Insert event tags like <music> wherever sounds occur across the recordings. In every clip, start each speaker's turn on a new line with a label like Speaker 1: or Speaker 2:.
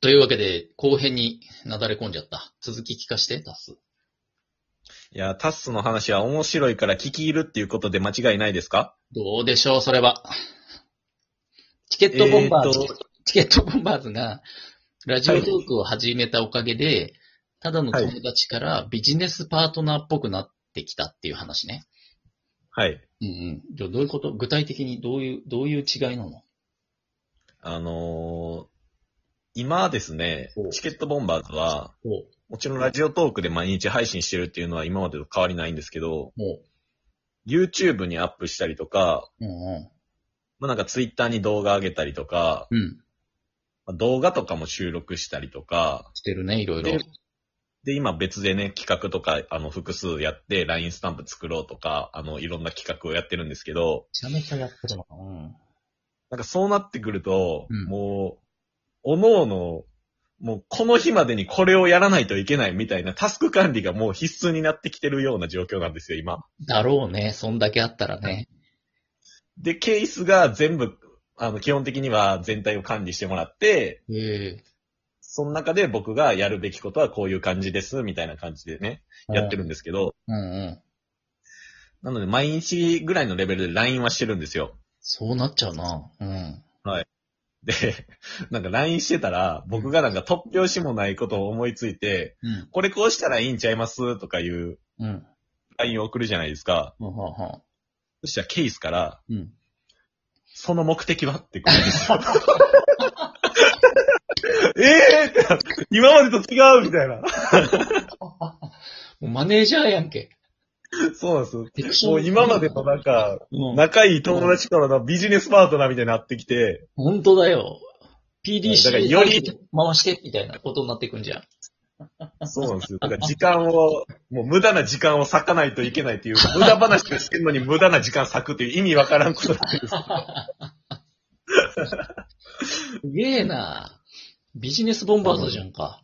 Speaker 1: というわけで、後編になだれ込んじゃった。続き聞かして、タス。
Speaker 2: いや、タッスの話は面白いから聞き入るっていうことで間違いないですか
Speaker 1: どうでしょう、それは。チケットボンバーズ、
Speaker 2: えーと
Speaker 1: チケットボンバーズが、ラジオトークを始めたおかげで、ただの友達からビジネスパートナーっぽくなってきたっていう話ね。
Speaker 2: はい。
Speaker 1: うんうん。じゃあどういうこと具体的にどういう、どういう違いなの
Speaker 2: あのー今ですね
Speaker 1: お、
Speaker 2: チケットボンバーズは、
Speaker 1: お
Speaker 2: もちろんラジオトークで毎日配信してるっていうのは今までと変わりないんですけど、
Speaker 1: も
Speaker 2: YouTube にアップしたりとか、
Speaker 1: う、うんう
Speaker 2: まあ、なんか Twitter に動画上げたりとか、
Speaker 1: ん。うん。
Speaker 2: まあ動画とかも収録したりとか、
Speaker 1: してるね、いろいろ。
Speaker 2: で、今別でね、企画とか、あの、複数やって、LINE スタンプ作ろうとか、あの、いろんな企画をやってるんですけど、
Speaker 1: ちゃめちゃやってるのかな。うん。
Speaker 2: なんかそうなってくると、
Speaker 1: うん
Speaker 2: もう、おのおの、もうこの日までにこれをやらないといけないみたいなタスク管理がもう必須になってきてるような状況なんですよ、今。
Speaker 1: だろうね、そんだけあったらね。
Speaker 2: で、ケースが全部、あの、基本的には全体を管理してもらって、
Speaker 1: ええ
Speaker 2: その中で僕がやるべきことはこういう感じです、みたいな感じでね、やってるんですけど、
Speaker 1: うんうん。
Speaker 2: なので毎日ぐらいのレベルで LINE はしてるんですよ。
Speaker 1: そうなっちゃうな。うん。
Speaker 2: で、 <laughs> なんか LINE してたら、僕がなんか突拍子もないことを思いついて、
Speaker 1: うん。
Speaker 2: これこうしたらいいんちゃいますとかいう
Speaker 1: うん。
Speaker 2: LINE を送るじゃないですか。
Speaker 1: ははは。
Speaker 2: そしたらケースから、
Speaker 1: うん。
Speaker 2: その目的はって来るんですよ <laughs> ええー、って今までと違う
Speaker 1: <laughs>
Speaker 2: みたいな。
Speaker 1: もうマネージャーやんけ。
Speaker 2: そうなんですよ。 <laughs> もう今までのなんか、仲いい友達からのビジネスパートナーみたいになってきて、
Speaker 1: 本当だよ。PDC
Speaker 2: だからより
Speaker 1: 回してみたいなことになってくんじゃん。
Speaker 2: そうなんですよ。だから時間を、もう無駄な時間を割かないといけないっていう、無駄話をしてるのに無駄な時間割くっていう意味わからんことなん <laughs> です。
Speaker 1: すげえな。ビジネスボンバーズじゃんか。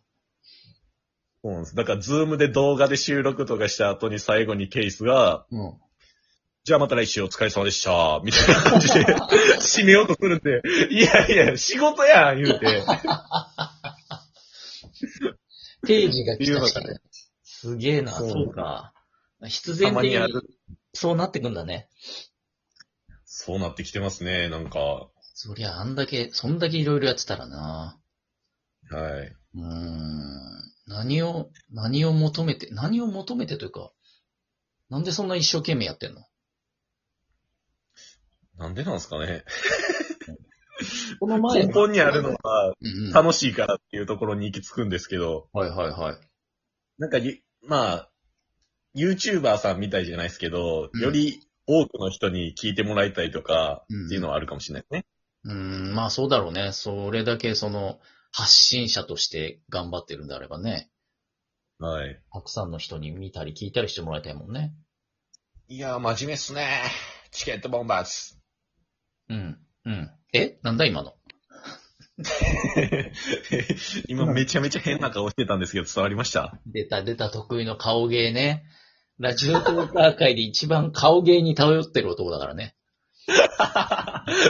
Speaker 2: そうなんです。だからズームで動画で収録とかした後に最後にケースが、
Speaker 1: うん。
Speaker 2: じゃあまた来週お疲れ様でした、みたいな感じで、締めようとするんで、いやいや、仕事やん、言うて。
Speaker 1: 定時が来たし
Speaker 2: っていうのが
Speaker 1: すげえな、
Speaker 2: そ
Speaker 1: そううか。必
Speaker 2: た
Speaker 1: 然
Speaker 2: ま
Speaker 1: 的
Speaker 2: に
Speaker 1: に
Speaker 2: やる。
Speaker 1: そうなってくんだね。
Speaker 2: そうなってきてますね、なんか。は
Speaker 1: そりゃあんだけ、そんだけいろいろやってたらな。
Speaker 2: い。
Speaker 1: うーん何を、何を求めて、何を求めてというか、なんでそんな一生懸命やってんの
Speaker 2: なんでなんですかね。
Speaker 1: この前
Speaker 2: 根
Speaker 1: の、
Speaker 2: 本にあるのは、
Speaker 1: うんうん、はい
Speaker 2: 楽しいからっていうところに行き着くんですけど、
Speaker 1: はいはい。
Speaker 2: なんかゆ、まあ、YouTuber さんみたいじゃないですけど、
Speaker 1: うん
Speaker 2: より多くの人に聞いてもらいたいとか、
Speaker 1: うん
Speaker 2: っていうのはあるかもしれないですね。
Speaker 1: うーん、まあそうだろうね。それだけその、発信者として頑張ってるんであればね、
Speaker 2: はい。
Speaker 1: たくさんの人に見たり聞いたりしてもらいたいもんね。
Speaker 2: いやー、真面目っすね。チケットボンバーズ。
Speaker 1: うん、うん。えなんだ今の。
Speaker 2: <laughs> 今めちゃめちゃ変な顔してたんですけど、伝わりました
Speaker 1: 出た出た得意の顔芸ね。ラジオトーカー界で一番顔芸に頼ってる男だから <laughs> ね。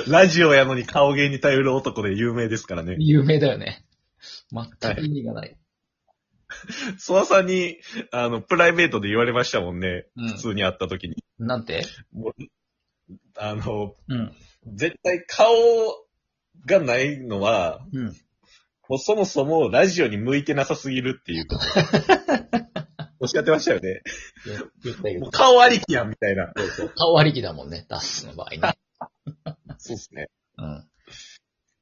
Speaker 2: ラジオやのに顔芸に頼る男で有名ですからね。
Speaker 1: 有名だよね。全く意味がない。
Speaker 2: ソワさんに、あの、プライベートで言われましたもんね。
Speaker 1: うん
Speaker 2: 普通に会った時に。
Speaker 1: なんて
Speaker 2: もうあの、
Speaker 1: うん。
Speaker 2: 絶対顔がないのは、
Speaker 1: うん。
Speaker 2: もうそもそもラジオに向いてなさすぎるっていう <laughs> こと。おっしゃってましたよね。
Speaker 1: 言った言
Speaker 2: も
Speaker 1: っ
Speaker 2: う顔ありきやんみたいな。
Speaker 1: た。そうそう。顔割り気だもんね、ダッスの場合ね。
Speaker 2: そうですね。 <laughs>
Speaker 1: うん。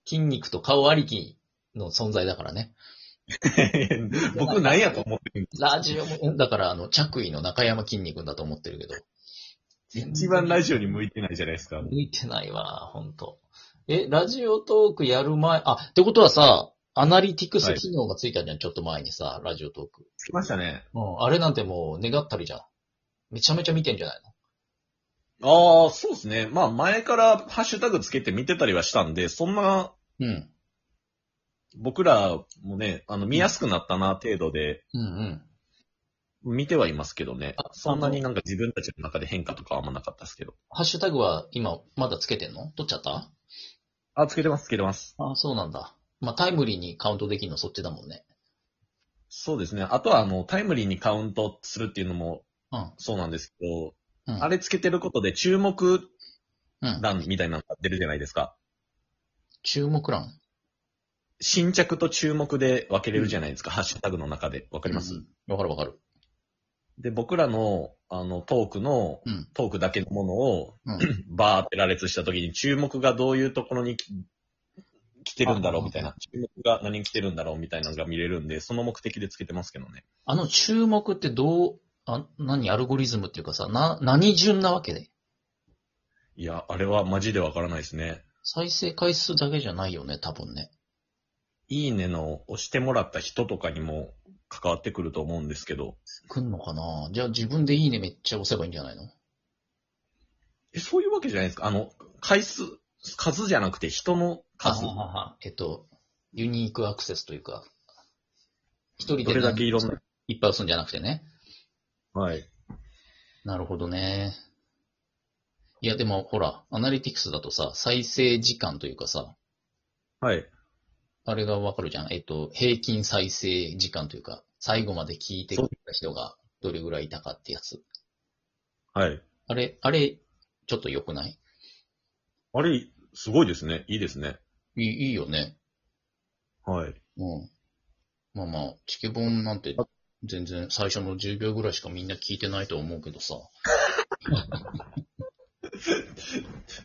Speaker 1: 筋肉と顔割り気の存在だからね。
Speaker 2: 僕何やと思ってるんで
Speaker 1: ラジオも、だからあの、着衣の中山筋肉だと思ってるけど。
Speaker 2: 一番ラ
Speaker 1: ジ
Speaker 2: ジオに向いてないじゃないですか。
Speaker 1: 向いてないわ、ほんと。え、ラジオトークやる前、あ、ってことはさ、アナリティクス機能がついたじゃん、ちょっと前にさ、ラジオトーク。
Speaker 2: 来ましたね。
Speaker 1: うん、あれなんてもう、願ったりじゃん。めちゃめちゃ見てんじゃないの
Speaker 2: ああ、そうですね。まあ前からハッシュタグつけて見てたりはしたんで、そんな
Speaker 1: うん。
Speaker 2: 僕らもね、あの見やすくなったな程度で
Speaker 1: うんうん。
Speaker 2: 見てはいますけどね
Speaker 1: あ。
Speaker 2: そんなになんか自分たちの中で変化とかはあんまなかったですけど。
Speaker 1: ハッシュタグは今、まだつけてんの取っちゃった
Speaker 2: あ、つけてます、つけてます。
Speaker 1: あ、そうなんだ。まあ、タイムリーにカウントできるのそっちだもんね。
Speaker 2: そうですね。あとは、あの、タイムリーにカウントするっていうのも
Speaker 1: うん。
Speaker 2: そうなんですけど、
Speaker 1: うん
Speaker 2: あれつけてることで注目
Speaker 1: うん。
Speaker 2: 欄みたいなのが出るじゃないですか。
Speaker 1: 注目欄。
Speaker 2: 新着と注目で分けれるじゃないですか、ハッシュタグの中で。わかります、
Speaker 1: うんわかるわかる。
Speaker 2: で、僕らの、あの、トークの、
Speaker 1: うん。
Speaker 2: トークだけのものを、
Speaker 1: うん。
Speaker 2: <clears throat> バーって羅列した時に注目がどういうところにき来てるんだろうみたいな。注目が何に来てるんだろうみたいなのが見れるんで、その目的でつけてますけどね。
Speaker 1: あの注目ってどう、あ、何、アルゴリズムっていうかさ、な、何順なわけで
Speaker 2: いや、あれはマジでわからないですね。
Speaker 1: 再生回数だけじゃないよね、多分ね。
Speaker 2: いいねの押してもらった人とかにも関わってくると思うんですけど。
Speaker 1: 来んのかなじゃあ自分でいいねめっちゃ押せばいいんじゃないの
Speaker 2: え、そういうわけじゃないですか。あの、回数、数じゃなくて人の数
Speaker 1: あ。ははえっと、ユニークアクセスというか、一人で
Speaker 2: どれだけいろんな。
Speaker 1: いっぱい押すんじゃなくてね。
Speaker 2: はい。
Speaker 1: なるほどね。いや、でもほら、アナリティクスだとさ、再生時間というかさ、
Speaker 2: はい。
Speaker 1: あれがわかるじゃん。えっと、平均再生時間というか、最後まで聞いてくれた人がどれぐらいいたかってやつ。
Speaker 2: はい。
Speaker 1: あれ、あれ、ちょっと良くない
Speaker 2: あれ、すごいですね。いいですね。
Speaker 1: いいいいよね。
Speaker 2: はい。
Speaker 1: うん。まあまあ、チケボンなんて、全然最初の10秒ぐらいしかみんな聞いてないと思うけどさ。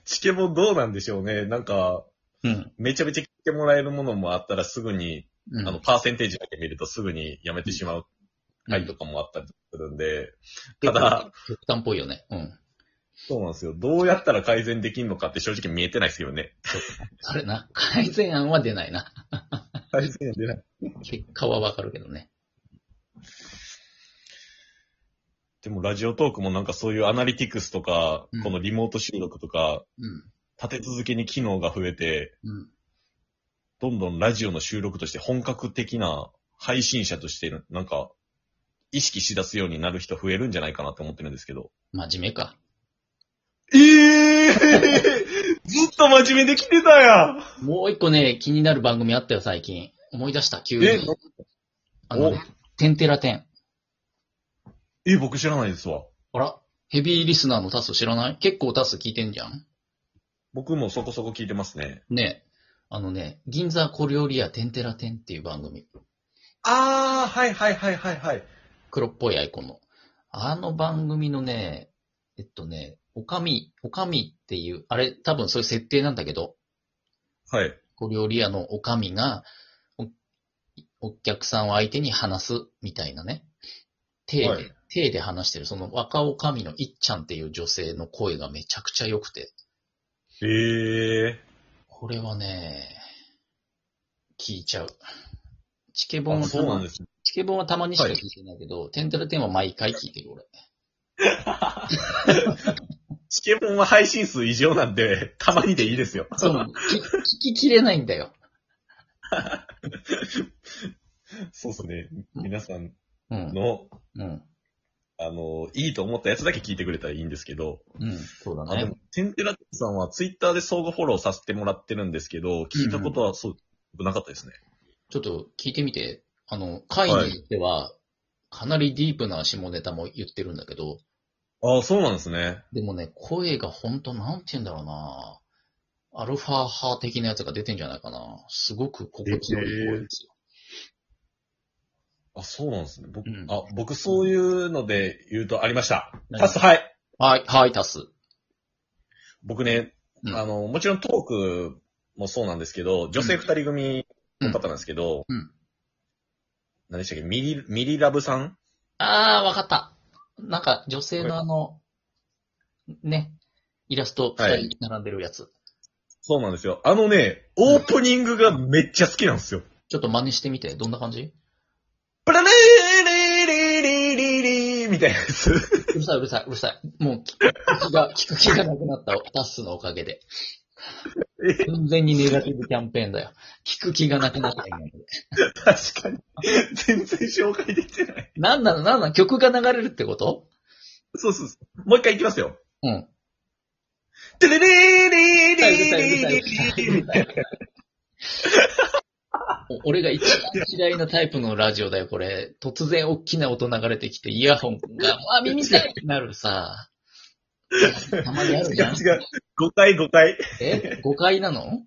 Speaker 2: チケボンどうなんでしょうね。なんか、
Speaker 1: うん。
Speaker 2: めちゃめちゃ来てもらえるものもあったらすぐに、
Speaker 1: うん、
Speaker 2: あの、パーセンテージだけ見るとすぐにやめてしまう回とかもあったりするんで、ただ、
Speaker 1: 極端っぽいよね。うん。
Speaker 2: そうなんですよ。どうやったら改善できるのかって正直見えてないですけどね。
Speaker 1: それな、改善案は出ないな。
Speaker 2: 改善出ない。
Speaker 1: 結果はわかるけどね。
Speaker 2: でもラジオトークもなんかそういうアナリティクスとか、
Speaker 1: うん
Speaker 2: このリモート収録とか、
Speaker 1: うん。
Speaker 2: 立て続けに機能が増えて、
Speaker 1: うん。
Speaker 2: どんどんラジオの収録として本格的な配信者として、なんか、意識し出すようになる人増えるんじゃないかなって思ってるんですけど。
Speaker 1: 真面目か。
Speaker 2: ええずっと真面目で来てたやん
Speaker 1: もう一個ね、気になる番組あったよ、最近。思い出した、急に
Speaker 2: え。
Speaker 1: あの、ね、テンテラテン。
Speaker 2: え、僕知らないですわ。
Speaker 1: あら、ヘビーリスナーのタス知らない結構タス聞いてんじゃん
Speaker 2: 僕もそこそこ聞いてますね。
Speaker 1: ねえ。あのね、銀座小料理屋テンテラテンっていう番組。
Speaker 2: あー、はいはいはいはいはい。
Speaker 1: 黒っぽいアイコンの。あの番組のね、えっとね、おかみ、おかみっていう、あれ多分そういう設定なんだけど、
Speaker 2: はい。
Speaker 1: 小料理屋のおかみが、おお客さんを相手に話すみたいなね。手で、
Speaker 2: はい
Speaker 1: 手で話してる、その若おかみのいっちゃんっていう女性の声がめちゃくちゃ良くて、
Speaker 2: ええ
Speaker 1: これはね、聞いちゃう。チケボン
Speaker 2: ー。
Speaker 1: は
Speaker 2: あ、そうなんですね。
Speaker 1: チケボンはたまにしか聞いてないけど、テンタルテンは毎回聞いてる、俺。
Speaker 2: チケボンは配信数異常なんで、 <laughs> たまにでいいですよ。
Speaker 1: そう、き聞ききれないんだよ。
Speaker 2: そうですね。皆さん
Speaker 1: うん。
Speaker 2: の、
Speaker 1: うん。
Speaker 2: あの、いいと思ったやつだけ聞いてくれたらいいんですけど、
Speaker 1: うん。そうだ
Speaker 2: あで
Speaker 1: ね
Speaker 2: も。、テンテラさんはツイッターで相互フォローさせてもらってるんですけど、聞いたことはそう、なかったですね。
Speaker 1: ちょっと聞いてみて。あの、回によっては、かなりディープな下ネタも言ってるんだけど、
Speaker 2: ああ、そうなんですね。
Speaker 1: でもね、声がほんと、なんて言うんだろうなアルファ派的なやつが出てんじゃないかな。すごく心地よい声ですよ。
Speaker 2: あ、そうなんですね。僕、
Speaker 1: うん
Speaker 2: あ、僕そういうので言うとありました。
Speaker 1: 何
Speaker 2: タス、はい。
Speaker 1: はい、はい、タス。
Speaker 2: 僕ね、
Speaker 1: うん
Speaker 2: あの、もちろんトークもそうなんですけど、女性二人組の方なんですけど、
Speaker 1: うんうん
Speaker 2: 何でしたっけ、ミリ、ミリラブさん
Speaker 1: あー、わかった。なんか、女性のあの、ね、イラスト
Speaker 2: は
Speaker 1: 2
Speaker 2: い
Speaker 1: 人並んでるやつ。
Speaker 2: そうなんですよ。あのね、オープニングがめっちゃ好きなんですよ。
Speaker 1: ちょっと真似してみて、どんな感じ
Speaker 2: プラレーリリリリリみたいなやつ。
Speaker 1: うるさい、うるさい、うるさい。もう聞く気が、聞く気がなくなった、タスのおかげで。
Speaker 2: え
Speaker 1: 完全にネガティブキャンペーンだよ。聞く気がなくなった、今ので。
Speaker 2: 確かに。全然紹介できてない。
Speaker 1: なんなの、なんなの、曲が流れるってこと
Speaker 2: そうそうそう。もう一回いきますよ。
Speaker 1: うん。
Speaker 2: テレレーリ
Speaker 1: うるさい、うる
Speaker 2: リ
Speaker 1: さい、う
Speaker 2: リ
Speaker 1: る
Speaker 2: リ
Speaker 1: さい
Speaker 2: リ
Speaker 1: うるさい。お俺が一番嫌いなタイプのラジオだよ、これ。突然大きな音流れてきて、イヤホンが、あ、耳痛いってなるさ。たまにあるじゃん。
Speaker 2: 違う。誤解誤解。
Speaker 1: え誤解なの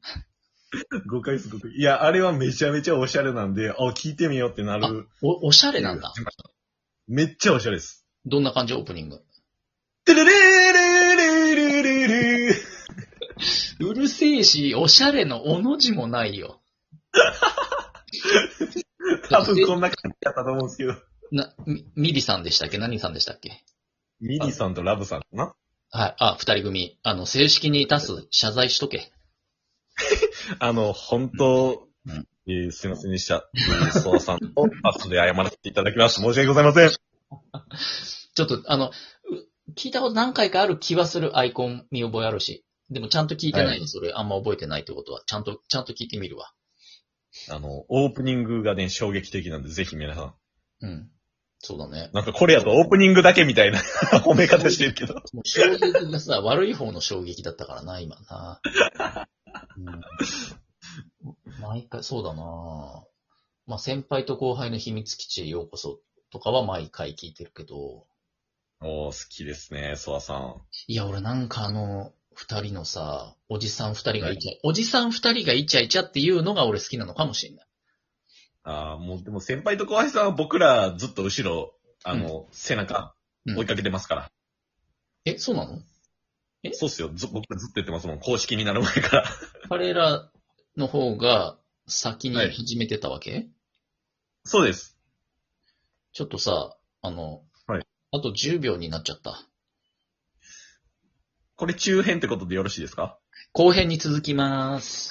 Speaker 2: 誤解です誤解。いや、あれはめちゃめちゃオシャレなんで、あ、聞いてみようってなる。
Speaker 1: お、おしゃれなんだ。
Speaker 2: めっちゃオシャレです。
Speaker 1: どんな感じオープニング。
Speaker 2: てれれれれれれれ
Speaker 1: うるせえし、おしゃれのおの字もないよ。
Speaker 2: 多分こんな感じだったと思うんですけど。
Speaker 1: な、みミリさんでしたっけ何さんでしたっけ
Speaker 2: ミリさんとラブさんかな
Speaker 1: はい。あ、二人組。あの、正式に出す、謝罪しとけ。
Speaker 2: あの、本当、
Speaker 1: うん
Speaker 2: えーすいませんでした。そうさんとパスで謝らせていただきます。申し訳ございません。
Speaker 1: ちょっと、あの、う聞いたこと何回かある気はするアイコン見覚えあるし。でもちゃんと聞いてないで、それ。あんま覚えてないってことは。ちゃんと、ちゃんと聞いてみるわ。
Speaker 2: あの、オープニングがね、衝撃的なんで、ぜひ皆さん。
Speaker 1: うん。そうだね。
Speaker 2: なんかこれやとオープニングだけみたいな褒め方してるけど。
Speaker 1: もう衝撃がさ、悪い方の衝撃だったからな、今な。うん、毎回、そうだなまあ、先輩と後輩の秘密基地へようこそとかは毎回聞いてるけど、
Speaker 2: おー、好きですね、ソワさん。
Speaker 1: いや、俺なんかあの、二人のさ、おじさん二人がイチャ、おじさん二人がイチャイチャっていうのが俺好きなのかもしれない。
Speaker 2: あー、もうでも先輩と後輩さんは僕らずっと後ろ、あの、背中
Speaker 1: うん
Speaker 2: 追いかけてますから。
Speaker 1: え、そうなのえ
Speaker 2: そうっすよ。ず僕らずっと言ってますもん。公式になる前から。 <laughs>
Speaker 1: 彼らの方が先に始めてたわけ、
Speaker 2: そうです。
Speaker 1: ちょっとさ、あの、
Speaker 2: はい
Speaker 1: あと10秒になっちゃった。
Speaker 2: これ中編ってことでよろしいですか
Speaker 1: 後編に続きます。